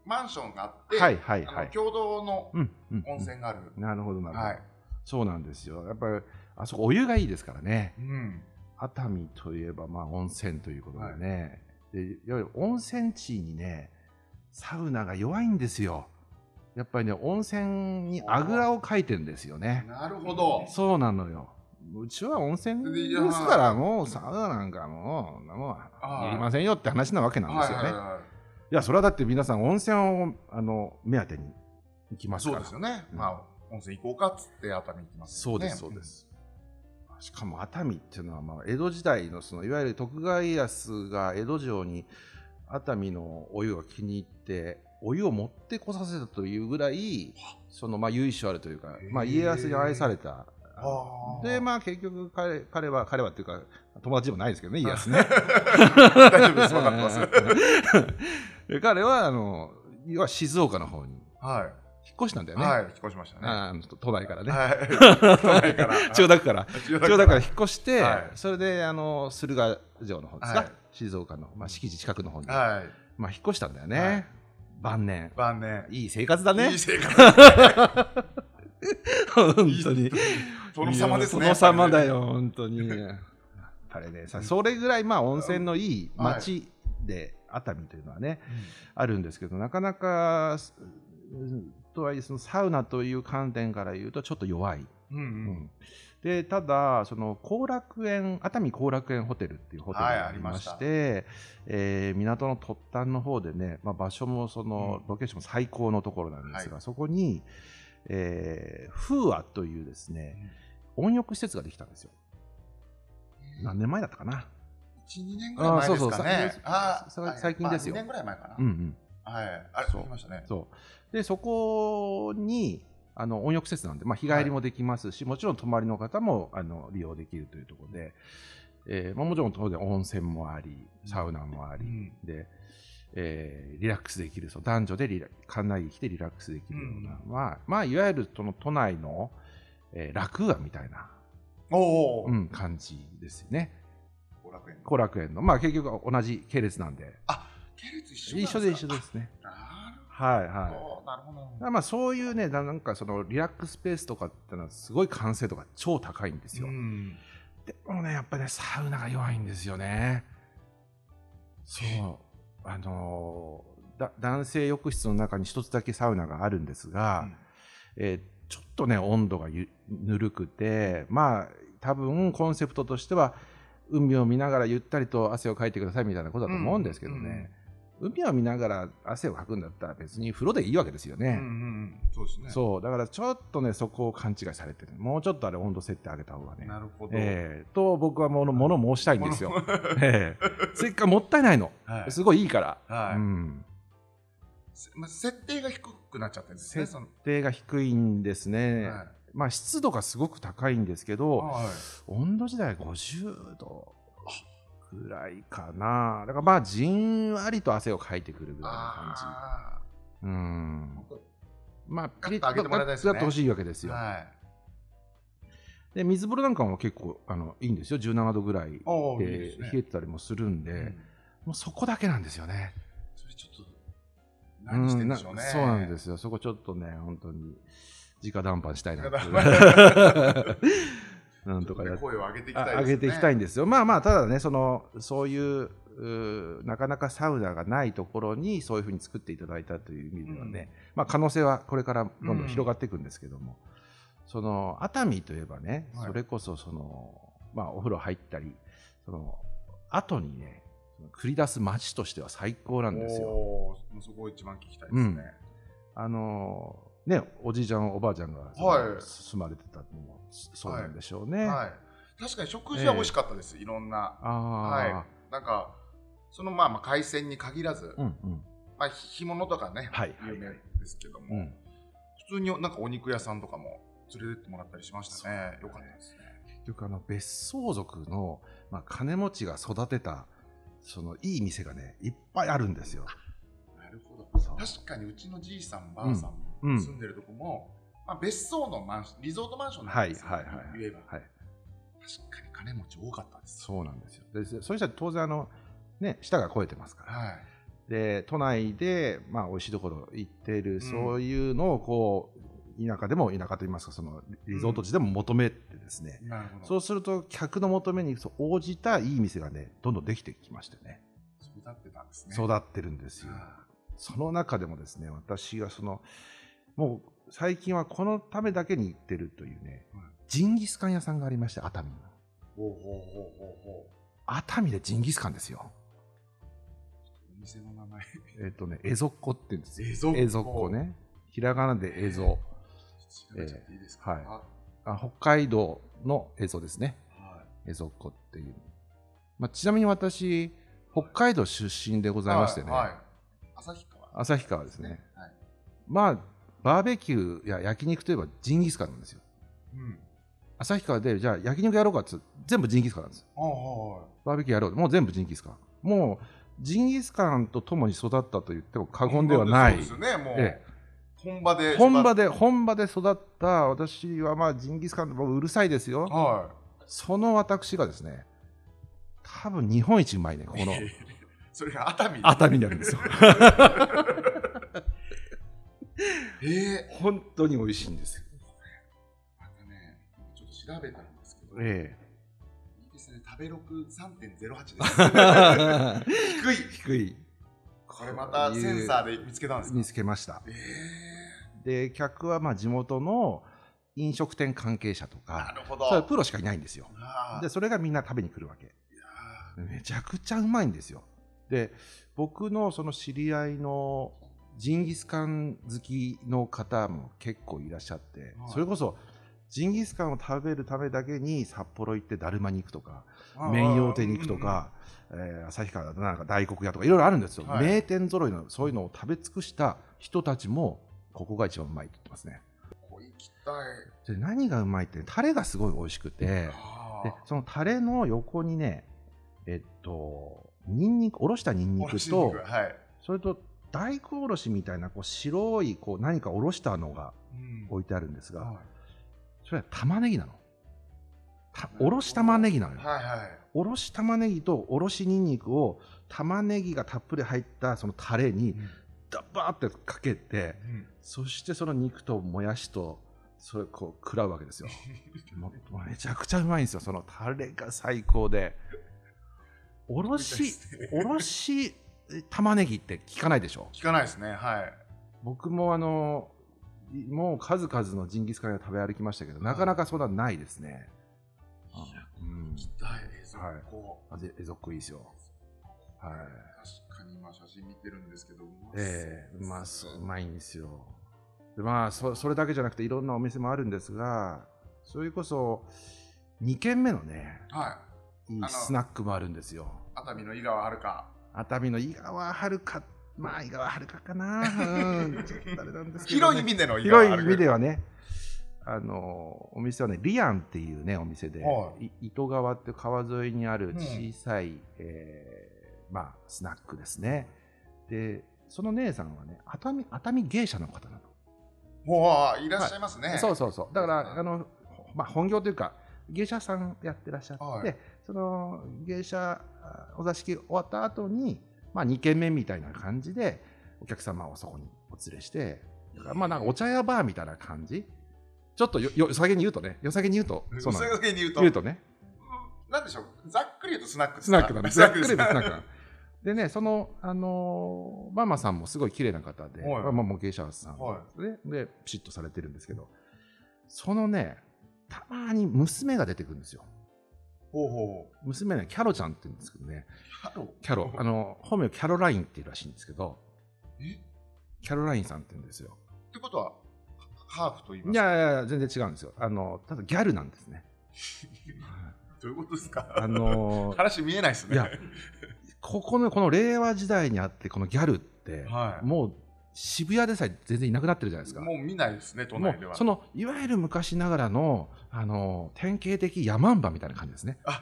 Speaker 2: マンションがあって、
Speaker 1: はいはい
Speaker 2: あ
Speaker 1: は
Speaker 2: の
Speaker 1: い。
Speaker 2: 共同の
Speaker 1: うんうん
Speaker 2: 温泉がある、
Speaker 1: うんなるほど、なるほど、
Speaker 2: はい、
Speaker 1: そうなんですよ。やっぱり、あそこお湯がいいですからね。
Speaker 2: うん、
Speaker 1: 熱海といえば、まあ温泉ということでね。い、でいわゆる温泉地にね、サウナが弱いんですよ。やっぱりね、温泉にあぐらをかいてんですよね。
Speaker 2: なるほど
Speaker 1: そうなのよ。うちは温泉ですから、もうサウナなんかもう、も
Speaker 2: あ
Speaker 1: う
Speaker 2: ー
Speaker 1: いりませんよって話なわけなんですよ
Speaker 2: は
Speaker 1: ね
Speaker 2: いは。いはい
Speaker 1: いや、それはだって皆さん温泉をあの目当てに行きます
Speaker 2: そ
Speaker 1: か
Speaker 2: う
Speaker 1: ら
Speaker 2: です。よね、
Speaker 1: うん
Speaker 2: まあ温泉行こうかっつって熱海行きます
Speaker 1: そ
Speaker 2: も
Speaker 1: うん
Speaker 2: ね、
Speaker 1: です、そうです。しかも熱海っていうのは、まあ、江戸時代のそのいわゆる徳川家康が江戸城に熱海のお湯が気に入ってお湯を持ってこさせたというぐらいそのまあ由緒あるというか
Speaker 2: へ、ー
Speaker 1: まあ、家康に愛された
Speaker 2: あー
Speaker 1: でまあ結局彼彼は彼はっていうか友達でもないですけどね家康ね
Speaker 2: 大丈夫です分かって ます
Speaker 1: で彼はあの要は静岡の方に
Speaker 2: は
Speaker 1: 引っ越したんだ
Speaker 2: い、
Speaker 1: よね、
Speaker 2: はい聞こえましたね
Speaker 1: あー都内からね、
Speaker 2: はい都内から
Speaker 1: 千代田区から
Speaker 2: 千代
Speaker 1: 一応だから引っ越して、
Speaker 2: はい
Speaker 1: それであの駿河城の方ですか、
Speaker 2: はい
Speaker 1: 静岡の、まあ、敷地近くの方に、
Speaker 2: はい
Speaker 1: まあ、引っ越したんだよね、
Speaker 2: はい
Speaker 1: 晩年
Speaker 2: 晩年
Speaker 1: いい生活だね
Speaker 2: いい生活
Speaker 1: 本当に
Speaker 2: 殿様ですね
Speaker 1: いや殿様だよ本当にあれねさそれぐらいまあ温泉のいい町で、熱海というのはねあるんですけどなかなかうんとはいえそのサウナという観点から言うとちょっと弱い
Speaker 2: うんうんうん
Speaker 1: でただその後楽園熱海後楽園ホテルっていうホテル
Speaker 2: はい
Speaker 1: がありまして、えー港の突端の方でね、まあ、場所もその、
Speaker 2: うん
Speaker 1: ロケーションも最高のところなんですが、そこに、えー、風和というですね温浴施設ができたんですよ何年前だったかな、
Speaker 2: 12年ぐらい前ですかね
Speaker 1: あ
Speaker 2: あ
Speaker 1: そうそう最近ですよ
Speaker 2: 2年ぐらい前かな、
Speaker 1: うんうん、
Speaker 2: はいあれ
Speaker 1: そう
Speaker 2: 聞きましたね
Speaker 1: そうでそこにあの温浴施設なんで、まあ、日帰りもできますし、もちろん泊まりの方もあの利用できるというところで、えーまあ、もちろん当然温泉もありサウナもあり、
Speaker 2: うん
Speaker 1: で、えーリラックスできるそう男女でリラ館内に来てリラックスできるような、まあまあ、いわゆるその都内の、えー、楽園みたいな、
Speaker 2: おお、
Speaker 1: うん、感じですよね
Speaker 2: 後楽園
Speaker 1: 後楽園の、まあ、結局同じ系列なんで
Speaker 2: 系列一緒
Speaker 1: 一緒
Speaker 2: なん
Speaker 1: で一緒
Speaker 2: か
Speaker 1: ですね
Speaker 2: なる
Speaker 1: はいはい
Speaker 2: ほどなるほど
Speaker 1: まあ、そういうねななんかそのリラックススペースとかってのはすごい完成度が超高いんですよ、
Speaker 2: うん
Speaker 1: でもねやっぱねサウナが弱いんですよねそうあのーだ男性浴室の中に一つだけサウナがあるんですが、えーちょっとね温度がゆぬるくてまあ多分コンセプトとしては海を見ながらゆったりと汗をかいてくださいみたいなことだと思うんですけどね、海を見ながら汗をかくんだったら別に風呂でいいわけですよね、
Speaker 2: うんうんうんそうですね
Speaker 1: そうだからちょっとねそこを勘違いされてるもうちょっとあれ温度設定上げた方がね
Speaker 2: なるほど、
Speaker 1: ええと僕はもの物申したいんですよ、
Speaker 2: この
Speaker 1: ええせっかくもったいないの
Speaker 2: はい
Speaker 1: すごいいいから、
Speaker 2: はい
Speaker 1: うん
Speaker 2: せまあ、設定が低くなっちゃってるんですね
Speaker 1: せ
Speaker 2: その
Speaker 1: 低が低いんですね、
Speaker 2: はい
Speaker 1: まあ湿度がすごく高いんですけど
Speaker 2: はい
Speaker 1: 温度自体50度ぐらいかなだからまあじんわりと汗をかいてくるぐらいの感
Speaker 2: あ
Speaker 1: じうんまあ
Speaker 2: ガッと上げてもらいたいですね
Speaker 1: やってほしいわけです
Speaker 2: ー
Speaker 1: よ、
Speaker 2: はい
Speaker 1: で水風呂なんかも結構あのいいんですよ17度ぐらいで
Speaker 2: おーいいですね
Speaker 1: 冷えてたりもするんで、
Speaker 2: うん
Speaker 1: もうそこだけなんですよね。
Speaker 2: それちょっと何してんでしょうね、
Speaker 1: んなそうなんですよそこちょっとね本当に直談判したいなっていう
Speaker 2: 直談
Speaker 1: なんと
Speaker 2: と
Speaker 1: か
Speaker 2: か
Speaker 1: やっ
Speaker 2: 声を上げていきたいです
Speaker 1: あ
Speaker 2: ね
Speaker 1: 上げていきたいんですよ。まあまあただねそのそういううーなかなかサウナがないところにそういうふうに作っていただいたという意味ではね、まあ、可能性はこれからどんどん広がっていくんですけども、その熱海といえばね、
Speaker 2: はい
Speaker 1: それこそその、まあ、お風呂入ったりその後にね繰り出す街としては最高なんですよ。
Speaker 2: おーもうそこを一番聞きたいですね、
Speaker 1: あのね、おじいちゃんおばあちゃんが、
Speaker 2: はい
Speaker 1: 住まれてたのもそうなんでしょうね。
Speaker 2: はい、確かに食事は美味しかったです、いろんな
Speaker 1: ああ、
Speaker 2: はいなんかそのまあまあ海鮮に限らず、
Speaker 1: うんうん、
Speaker 2: まあ干物とかね、
Speaker 1: はいはい
Speaker 2: 有名ですけども、普通になんかお肉屋さんとかも連れてってもらったりしましたね
Speaker 1: そう
Speaker 2: よかったですね
Speaker 1: 結局あの別荘族の、まあ、金持ちが育てたそのいい店がねいっぱいあるんですよ。
Speaker 2: なるほど
Speaker 1: そう
Speaker 2: 確かにうちのじいさんばあさん
Speaker 1: うんうん
Speaker 2: 住んでるとこも、まあ、別荘のマンションリゾートマンションな
Speaker 1: は
Speaker 2: ん
Speaker 1: い
Speaker 2: ですよ、
Speaker 1: はいはい
Speaker 2: 言えば
Speaker 1: はい、
Speaker 2: 確かに金持ち多かったです
Speaker 1: そうなんですよ。でそういう人は当然あの、ね、舌が肥えてますから、
Speaker 2: はい
Speaker 1: で都内で、まあ、美味しいところ行ってる、
Speaker 2: ん
Speaker 1: そういうのをこう田舎でも田舎といいますかそのリゾート地でも求めてですね、
Speaker 2: なるほど
Speaker 1: そうすると客の求めにそう応じたいい店がねどんどんできてきましてね
Speaker 2: 育ってたんですね
Speaker 1: 育ってるんですよ
Speaker 2: あ
Speaker 1: その中でもですね私がそのもう最近はこのためだけに行ってるというね、
Speaker 2: はい
Speaker 1: ジンギスカン屋さんがありまして熱海に
Speaker 2: ほうほうほうほうほう
Speaker 1: 熱海でジンギスカンですよ
Speaker 2: お店の 名前
Speaker 1: えっ、とねエゾッコって言うんですよ
Speaker 2: エゾッコ
Speaker 1: ねひらがなでエゾ
Speaker 2: 調べちゃっていいですか、
Speaker 1: えーあ北海道の映像ですね
Speaker 2: あはい
Speaker 1: 江底湖っていう、まあ、ちなみに私北海道出身でございましてね、
Speaker 2: はいはい旭川
Speaker 1: 旭川ですね
Speaker 2: はい
Speaker 1: まあバーベキューや焼肉といえばジンギスカンなんですよ
Speaker 2: うん
Speaker 1: 旭川でじゃあ焼肉やろうかっつって全部ジンギスカンなんですよ
Speaker 2: ああはい
Speaker 1: バーベキューやろうもう全部ジンギスカンもうジンギスカンと共に育ったと言っても過言ではない
Speaker 2: そうですよねもう、
Speaker 1: え
Speaker 2: 本場で
Speaker 1: 本場
Speaker 2: で
Speaker 1: で本場で育った私はまあジンギスカンともうるさいですよ
Speaker 2: は
Speaker 1: その私がですね多分日本一うまいねこ
Speaker 2: い
Speaker 1: の
Speaker 2: それが熱 海
Speaker 1: 熱海にあるんですよ
Speaker 2: ええ
Speaker 1: 本当に美味しいんですよ
Speaker 2: またねちょっと調べたんですけど、
Speaker 1: え
Speaker 2: いいですね食べログ3.08で
Speaker 1: え
Speaker 2: す低い
Speaker 1: 低い
Speaker 2: これまたセンサーで見つけたんですか
Speaker 1: 見つけました
Speaker 2: え
Speaker 1: で客はまあ地元の飲食店関係者と
Speaker 2: えな
Speaker 1: か
Speaker 2: るほ
Speaker 1: それは
Speaker 2: ど
Speaker 1: プロしかいないんですよ
Speaker 2: あ
Speaker 1: でそれがみんな食べに来るわけ
Speaker 2: あ
Speaker 1: めちゃくちゃうまいんですよで僕のその知り合いのジンギスカン好きの方も結構いらっしゃって、
Speaker 2: はい
Speaker 1: それこそジンギスカンを食べるためだけに札幌行ってだるまに行くとか
Speaker 2: あ
Speaker 1: 麺用手に行くとか、えー旭川だとなんか大黒屋とかいろいろあるんですよ、
Speaker 2: はい
Speaker 1: 名店揃いのそういうのを食べ尽くした人たちもここが一番うまいって言ってますね
Speaker 2: こう行きたい
Speaker 1: で何がうまいってタレがすごい美味しくて
Speaker 2: あ
Speaker 1: でそのタレの横にねえっとニンニクおろしたニンニク
Speaker 2: お
Speaker 1: と
Speaker 2: ろし肉はい、
Speaker 1: それと大根おろしみたいなこう白いこう何かおろしたのが
Speaker 2: うん
Speaker 1: 置いてあるんですが
Speaker 2: は
Speaker 1: それは玉ねぎなのたおろし玉ねぎなの
Speaker 2: い
Speaker 1: よ
Speaker 2: はいはい
Speaker 1: おろし玉ねぎとおろしニンニクを玉ねぎがたっぷり入ったそのタレにダバーってかけて
Speaker 2: うん
Speaker 1: そしてその肉ともやしとそれこう食らうわけです よもうめちゃくちゃうまいんですよそのタレが最高でおろしおろし玉ねぎって聞かないでしょ
Speaker 2: 聞かないですねはい
Speaker 1: 僕もあのいもう数々のジンギスカンを食べ歩きましたけどなかなかそんなないですね、うん
Speaker 2: 行きたい映像
Speaker 1: はい
Speaker 2: こう
Speaker 1: あで江戸っ子いいですよはい
Speaker 2: 確かに今写真見てるんですけどうまそう
Speaker 1: ええうまそううまいんですよでまあそそれだけじゃなくていろんなお店もあるんですがそれこそ2軒目のね
Speaker 2: はい
Speaker 1: い
Speaker 2: の
Speaker 1: スナックもあるんですよ
Speaker 2: 熱海の井川遥
Speaker 1: 熱海の井川遥まあ井川遥かな、うん、ちょっとあれなんですけど、
Speaker 2: 広
Speaker 1: ね、
Speaker 2: い意味での井川
Speaker 1: 広い
Speaker 2: 遥
Speaker 1: 意味ではねあのお店はねリアンっていうねお店で、、
Speaker 2: はい
Speaker 1: 糸川っていう川沿いにある
Speaker 2: ん
Speaker 1: 小さい、えーまあ、スナックですねでその姉さんはね熱海熱海芸者の方なの、
Speaker 2: もういらっしゃいますね、
Speaker 1: そうそうそうだからあの、まあ、本業というか芸者さんやってらっしゃって、
Speaker 2: はい
Speaker 1: その芸者あお座敷終わった後にまあ、2軒目みたいな感じでお客様をそこにお連れしてだからまあなんかお茶屋バーみたいな感じちょっとよよさげに言うとねよさげに言うとそ
Speaker 2: そ
Speaker 1: うう
Speaker 2: な
Speaker 1: なんの
Speaker 2: ですそういうわけに言うと
Speaker 1: 言うとね
Speaker 2: なんでしょうざっくり言うとスナックです
Speaker 1: ス
Speaker 2: か
Speaker 1: ナック なんですざっくり言うとスナックなのでねその、あのーママさんもすごい綺麗な方で、
Speaker 2: はい
Speaker 1: まあまあもう芸者さん、
Speaker 2: は
Speaker 1: ででピシッとされてるんですけどそのねたまに娘が出てくるんですよ
Speaker 2: ほうほう
Speaker 1: 娘ねキャロちゃんって言うんですけどね
Speaker 2: ハロ
Speaker 1: キャロあの本名キャロラインっていうらしいんですけど
Speaker 2: えっ
Speaker 1: キャロラインさんって言うんですよ
Speaker 2: てことはハーフと言いま
Speaker 1: い
Speaker 2: すか
Speaker 1: やいやいや全然違うんですよあのただギャルなんですね
Speaker 2: どういうことですか
Speaker 1: あのー
Speaker 2: 話見えないですね
Speaker 1: いやここのこの令和時代にあってこのギャルって、
Speaker 2: はい
Speaker 1: もう渋谷でさえ全然いなくなってるじゃないですか
Speaker 2: もう見ないですね都
Speaker 1: も
Speaker 2: 内で
Speaker 1: う
Speaker 2: は
Speaker 1: そのいわゆる昔ながらのあの典型的ヤマンバみたいな感じですね。
Speaker 2: あ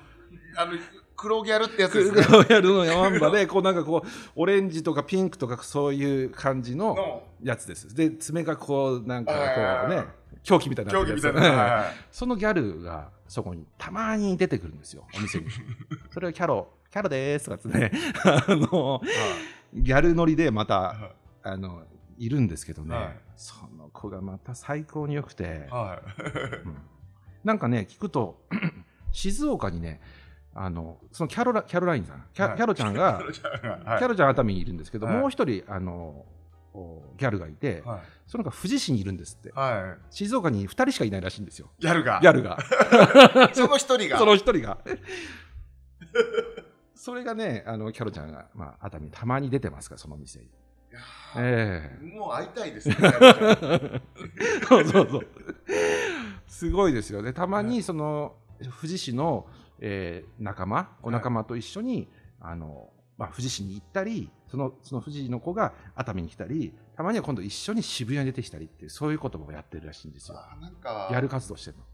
Speaker 2: の黒ギャルってやつですね
Speaker 1: やるのヤマンバでこうなんかこうオレンジとかピンクとかそういう感じの
Speaker 2: の
Speaker 1: やつです。で爪がこうなんか
Speaker 2: は
Speaker 1: こう
Speaker 2: いはい
Speaker 1: ね
Speaker 2: はい
Speaker 1: 狂気みたいにな
Speaker 2: 競
Speaker 1: って
Speaker 2: 技
Speaker 1: る
Speaker 2: み
Speaker 1: やつ
Speaker 2: たいな、は
Speaker 1: そのギャルがそこにたまに出てくるんですよお 店に。それをキャロキャロでーすとかつってねあの
Speaker 2: い
Speaker 1: ギャル乗りでまた
Speaker 2: は
Speaker 1: あのいるんですけどね、
Speaker 2: はい
Speaker 1: その子がまた最高に良くて
Speaker 2: い、は
Speaker 1: うんなんかね聞くと 静岡にねあのそのキャロラキャロラインさんキャ,、
Speaker 2: はい
Speaker 1: キャロちゃん
Speaker 2: い
Speaker 1: が、
Speaker 2: はい
Speaker 1: キャロちゃん熱海にいるんですけど、
Speaker 2: はい
Speaker 1: もう一人あのおギャルがいて、
Speaker 2: は
Speaker 1: その子が富士市にいるんですって
Speaker 2: い、は
Speaker 1: 静岡に2人しかいないらしいんですよ
Speaker 2: い、ギャルが
Speaker 1: ギャルが
Speaker 2: その一人が
Speaker 1: その一人が それがねあのキャロちゃんが、まあ、熱海にたまに出てますからその店に
Speaker 2: いやー
Speaker 1: ええ
Speaker 2: もう会いたいですね。
Speaker 1: そうそうそう。すごいですよね。たまにその富士市の、えー仲間、お仲間と一緒に、あのまあ富士市に行ったり、そのその富士の子が熱海に来たり、たまには今度一緒に渋谷に出てきたりっていうそういうこともやってるらしいんですよ。
Speaker 2: あーなんか、
Speaker 1: やる活動してるの。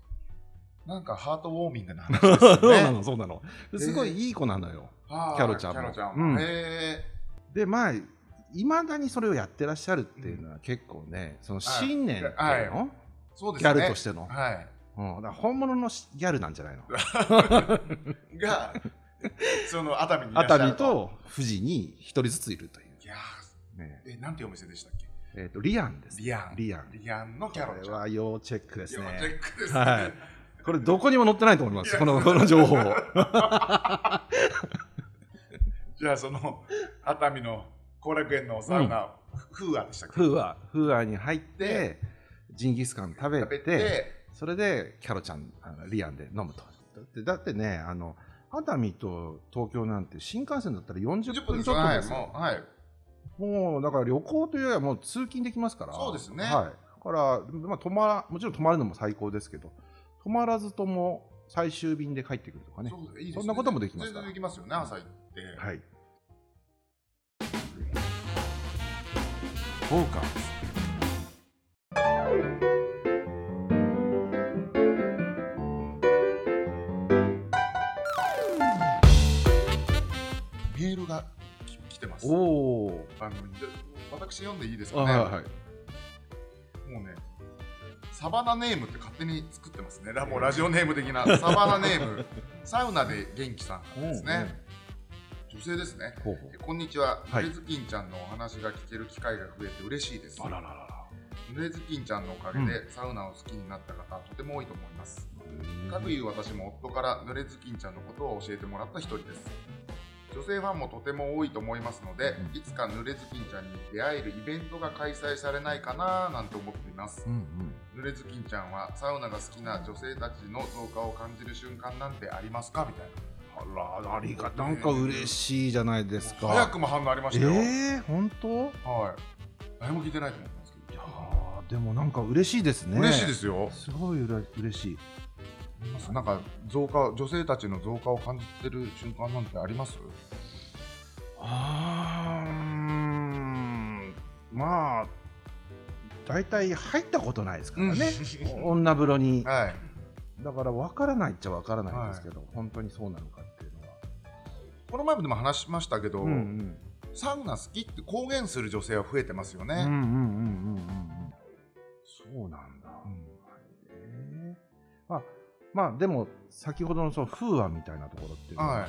Speaker 2: なんかハートウォーミングな話 ですよね。
Speaker 1: そうなの、そうなの。すごいいい子なのよ。
Speaker 2: あー
Speaker 1: キャロちゃんも
Speaker 2: キャロちゃん
Speaker 1: うん
Speaker 2: も。へえ。
Speaker 1: でまあいまだにそれをやってらっしゃるっていうのは結構ね、その信念っていうの、
Speaker 2: はいはそうで
Speaker 1: ギ
Speaker 2: すね。
Speaker 1: ャルとしての、
Speaker 2: は
Speaker 1: うん、だから本物のギャルなんじゃないの
Speaker 2: い。が、その熱海にいらっし
Speaker 1: 熱
Speaker 2: ゃる
Speaker 1: 海。と富士に一人ずついるとい
Speaker 2: いや
Speaker 1: う、ね
Speaker 2: ーえ、なんていうお店でしたっけ
Speaker 1: えー、とリアンです
Speaker 2: リアン。
Speaker 1: リアン
Speaker 2: リアンのキャ
Speaker 1: こ
Speaker 2: ロ
Speaker 1: れ
Speaker 2: ちゃん。
Speaker 1: は要チェックです
Speaker 2: 要チェ
Speaker 1: ね
Speaker 2: ックですね。
Speaker 1: はいこれどこにも載ってないと思いま
Speaker 2: い
Speaker 1: す
Speaker 2: や
Speaker 1: このこの情報
Speaker 2: じゃあその熱海の後楽園のサウナ、フーアでしたっけ
Speaker 1: フーアフーアに入って
Speaker 2: で
Speaker 1: ジンギスカン食べ
Speaker 2: 食
Speaker 1: て
Speaker 2: べて、
Speaker 1: それでキャロちゃんあのリアンで飲むとだってだってねあの熱海と東京なんて新幹線だったら40
Speaker 2: 10分
Speaker 1: 分
Speaker 2: です
Speaker 1: ちょっと
Speaker 2: は
Speaker 1: で
Speaker 2: い、
Speaker 1: すよ
Speaker 2: もう、はい、
Speaker 1: もうだから旅行というよりはもう通勤できますから、
Speaker 2: そうですね
Speaker 1: はい、だから、まあ、泊まもちろん泊まるのも最高ですけど、泊まらずとも最終便で帰ってくるとかね、
Speaker 2: そうですいいですね
Speaker 1: そんなこともできますから
Speaker 2: 全然できますよね、朝行って。
Speaker 1: はい。そうか。
Speaker 2: メールがき来てます。
Speaker 1: おお。
Speaker 2: 番組で私読んでいいです
Speaker 1: あ
Speaker 2: か
Speaker 1: はい
Speaker 2: ね、
Speaker 1: はい。
Speaker 2: もうね、サバナネームって勝手に作ってますね、ラもうラジオネーム的 なサバナネーム、サウナで元気さんからですね、女性ですね。
Speaker 1: うんうん。ほう
Speaker 2: えこんにちは、
Speaker 1: はい
Speaker 2: ぬれずきんちゃんのお話が聞ける機会が増えて嬉しいです
Speaker 1: ほう。あ。らららら。
Speaker 2: ぬれずきんちゃんのおかげでサウナを好きになった方、とても多いと思います。かくいう私も夫からぬれずきんちゃんのことを教えてもらった一人です。女性ファンもとても多いと思いますので、いつかぬれずきんちゃんに出会えるイベントが開催されないかななんて思っています
Speaker 1: う。んうん。
Speaker 2: ぬれずきんちゃんはサウナが好きな女性たちの増加を感じる瞬間なんてありますかみたいな。
Speaker 1: あらありがなんか嬉しいじゃないですか。
Speaker 2: 早くも反応ありましたよ。
Speaker 1: ええー、本当？
Speaker 2: はい。誰も聞いてないと思ったんですけど。
Speaker 1: いやーでもなんか嬉しいですね。。
Speaker 2: 嬉しいですすよ。
Speaker 1: すごいうれ嬉しい。
Speaker 2: なんか増加女性たちの増加を感じてる瞬間なんてあります？
Speaker 1: あーうーんまあ大体入ったことないですから ね、女風呂に
Speaker 2: はい。
Speaker 1: だから分からないっちゃ分からないんですけど、本当にそうなのかっていうのは、
Speaker 2: この前もでも話しましたけど、
Speaker 1: うんうん、
Speaker 2: サウナ好きって公言する女性は増えてますよ
Speaker 1: うんうんうん
Speaker 2: ね。
Speaker 1: うんうんそうなんだ、へえまあまあでも先ほどのその風和みたいなところっていうのは、
Speaker 2: は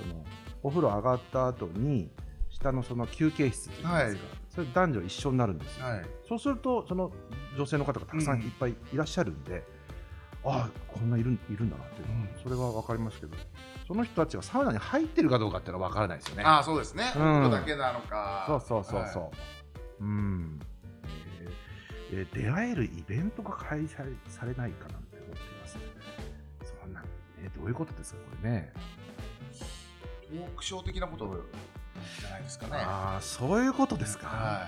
Speaker 1: そのお風呂上がった後に下のその休憩室というんですか、
Speaker 2: はい
Speaker 1: それ男女一緒になるんです
Speaker 2: い
Speaker 1: よ、
Speaker 2: はい。
Speaker 1: そうすると、その女性の方がたくさんいっぱいいらっしゃるんで、ああ、こんないるいるんだなっていうのは、
Speaker 2: うん
Speaker 1: それは分かりますけど、その人たちがサウナに入ってるかどうかっていうのは分からないですよね。
Speaker 2: ああそうですね。
Speaker 1: う
Speaker 2: うんん、だけなのか。
Speaker 1: そうそうそうそう。
Speaker 2: は
Speaker 1: うん、えーえー出会えるイベントが開催されないかなんて思っていますね。そんな、えーどういうことですか、これね。
Speaker 2: い。トークショー的なことじゃないですかね。
Speaker 1: ああ、そういうことですか。
Speaker 2: は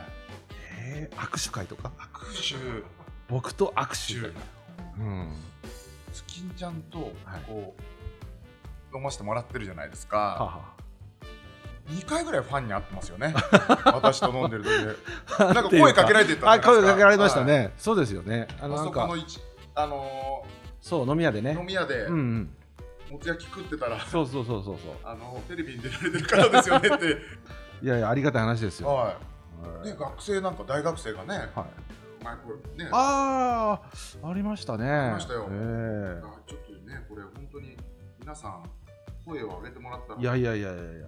Speaker 1: えー握手会とか、
Speaker 2: い。握手。
Speaker 1: 僕と握手。うん、
Speaker 2: スキンちゃんと
Speaker 1: はい
Speaker 2: こう、飲ませてもらってるじゃないです
Speaker 1: はあ
Speaker 2: か。
Speaker 1: はあ
Speaker 2: 2回ぐらいファンに会ってます よね。私と飲んでる時で。
Speaker 1: な
Speaker 2: なんか声かけられてたじゃない
Speaker 1: あ
Speaker 2: ですか
Speaker 1: 声かけられましたね、そうですよねあ
Speaker 2: あ
Speaker 1: のな
Speaker 2: そ
Speaker 1: ん
Speaker 2: こ
Speaker 1: か
Speaker 2: の一あの
Speaker 1: そう飲み屋で
Speaker 2: ー
Speaker 1: ね
Speaker 2: 飲み屋で
Speaker 1: うんうん
Speaker 2: もつ焼き食ってたら、
Speaker 1: そうそうそうそうそう
Speaker 2: あのテレビに出られてる方ですよ ねって、
Speaker 1: いやいやありがたい話ですよ、は
Speaker 2: はいい、で学生なんか大学生がね、
Speaker 1: はい、
Speaker 2: 前これね、
Speaker 1: ああありましたねあ
Speaker 2: りましたよ
Speaker 1: え
Speaker 2: あちょっとねこれ本当に皆さん声を上げてもらったら
Speaker 1: えいやいやいやいやいや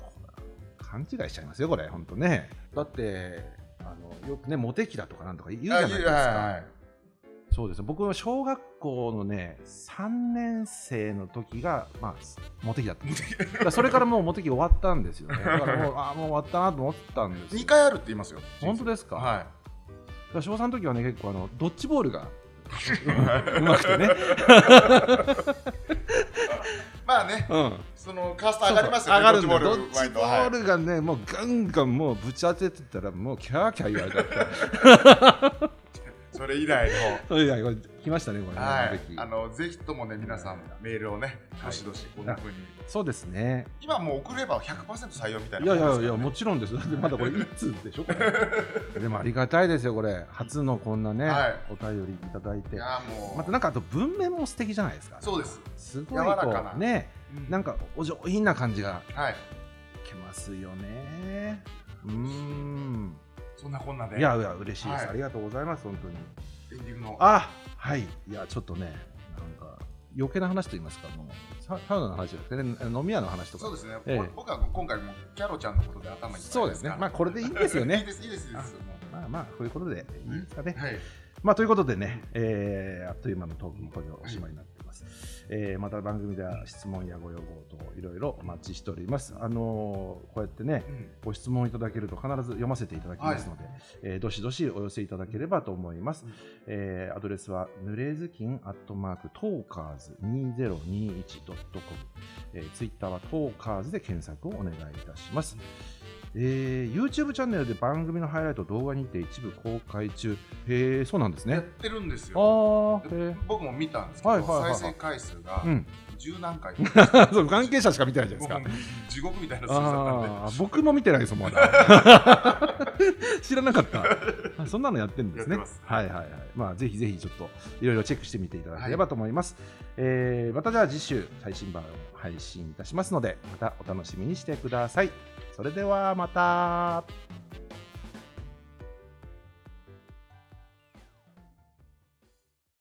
Speaker 1: これ勘違いしちゃいますよこれ本当ねだってあのよくねモテ期だとかなんとか言うじゃないですか、
Speaker 2: あいやいや
Speaker 1: そうですね僕は小学校のね3年生の時が、まあ、モテ期だったんですよだからそれからもうモテ期終わったんです よねだからもうああもう終わったなと思ってたんです
Speaker 2: 二
Speaker 1: よ
Speaker 2: 回あるって言いますよ
Speaker 1: 本当
Speaker 2: で
Speaker 1: ですか,、だか
Speaker 2: は
Speaker 1: ら小3の時はね結構あのドッ ジボールが
Speaker 2: い
Speaker 1: うまくてね
Speaker 2: まあね、
Speaker 1: うん、
Speaker 2: そのカースト上がりますよね、
Speaker 1: 上がるんだよド
Speaker 2: ドッジボー
Speaker 1: ッ
Speaker 2: ル
Speaker 1: ジボ
Speaker 2: 割
Speaker 1: ー
Speaker 2: と
Speaker 1: ルがね、もうガンガンもうぶち当ててたら、もうキャーキャー言われた って。
Speaker 2: それ以来の。
Speaker 1: いや、これ、来ましたね、これね、
Speaker 2: はい
Speaker 1: ぜ、ひ
Speaker 2: あのぜひともね皆さんメールをね
Speaker 1: はい
Speaker 2: どしどしこんな風に
Speaker 1: そうですね。
Speaker 2: 今もう送れば100%採用みたい
Speaker 1: いや
Speaker 2: ないもんです
Speaker 1: や
Speaker 2: からね
Speaker 1: いや、もちろんです。だってま だこれ、一通でしょ、これでもありがたいですよ、これ。初のこんなね、
Speaker 2: はい
Speaker 1: お便りいただいて
Speaker 2: い。やもう
Speaker 1: またなんか、あと文面も素敵じゃないですか。
Speaker 2: そうです、
Speaker 1: すごい
Speaker 2: 柔らか
Speaker 1: こ
Speaker 2: な
Speaker 1: う、ね、なんかお上品な感じが
Speaker 2: はい
Speaker 1: きますよね。うーん。
Speaker 2: そんなこんなで
Speaker 1: いやいや、嬉しいです。
Speaker 2: は
Speaker 1: あ
Speaker 2: い
Speaker 1: りがとうございます、本当に。
Speaker 2: エンディングの
Speaker 1: あはい、いや、ちょっとね、なんか、余計な話と言いますか、もう、ササウナの話じゃなくてね、飲み屋の話とか、
Speaker 2: そうですね、
Speaker 1: ええ
Speaker 2: 僕僕は今回もキャロちゃんのことで頭いっぱいですから
Speaker 1: そうですね、まあ、これでいいんですよ
Speaker 2: いい
Speaker 1: ね。
Speaker 2: ですいいですいいですも
Speaker 1: まあまあ、こういうことでいいですかね
Speaker 2: う。はい
Speaker 1: まあ、ということでね、えーあっという間のトークもこれでおしまいになってます。えーまた番組では質問やご要望といろいろお待ちしております。あのーこうやってね、
Speaker 2: うん
Speaker 1: ご質問いただけると必ず読ませていただきますので、えーどしどしお寄せいただければと思います。
Speaker 2: うん
Speaker 1: えーアドレスは、ぬれずきんアットマーク、トーカーズ 2021.com、えー、ツイッターはトーカーズで検索をお願いいたします。えー YouTube チャンネルで番組のハイライトを動画にて一部公開中。へえ、そうなんです
Speaker 2: やっ
Speaker 1: ね。
Speaker 2: てるんです
Speaker 1: あ
Speaker 2: よ
Speaker 1: ー、へ
Speaker 2: 僕も見たんですけど、
Speaker 1: はいはいはいはい
Speaker 2: 再生回数が
Speaker 1: え。うん。
Speaker 2: 十何回、
Speaker 1: そう関係者しか見てないじゃないですか
Speaker 2: も。う地獄みたいな数字だったん
Speaker 1: ああー、僕も見てないですもん、まだ 知らなかった。あそんなのやってるんですね。
Speaker 2: やってます
Speaker 1: はいはいはい。まあ、ぜひぜひちょっといろいろチェックしてみていただければと思います。えーまたじゃあ次週、最新版を配信いたしますので、またお楽しみにしてください。それではまた。
Speaker 2: で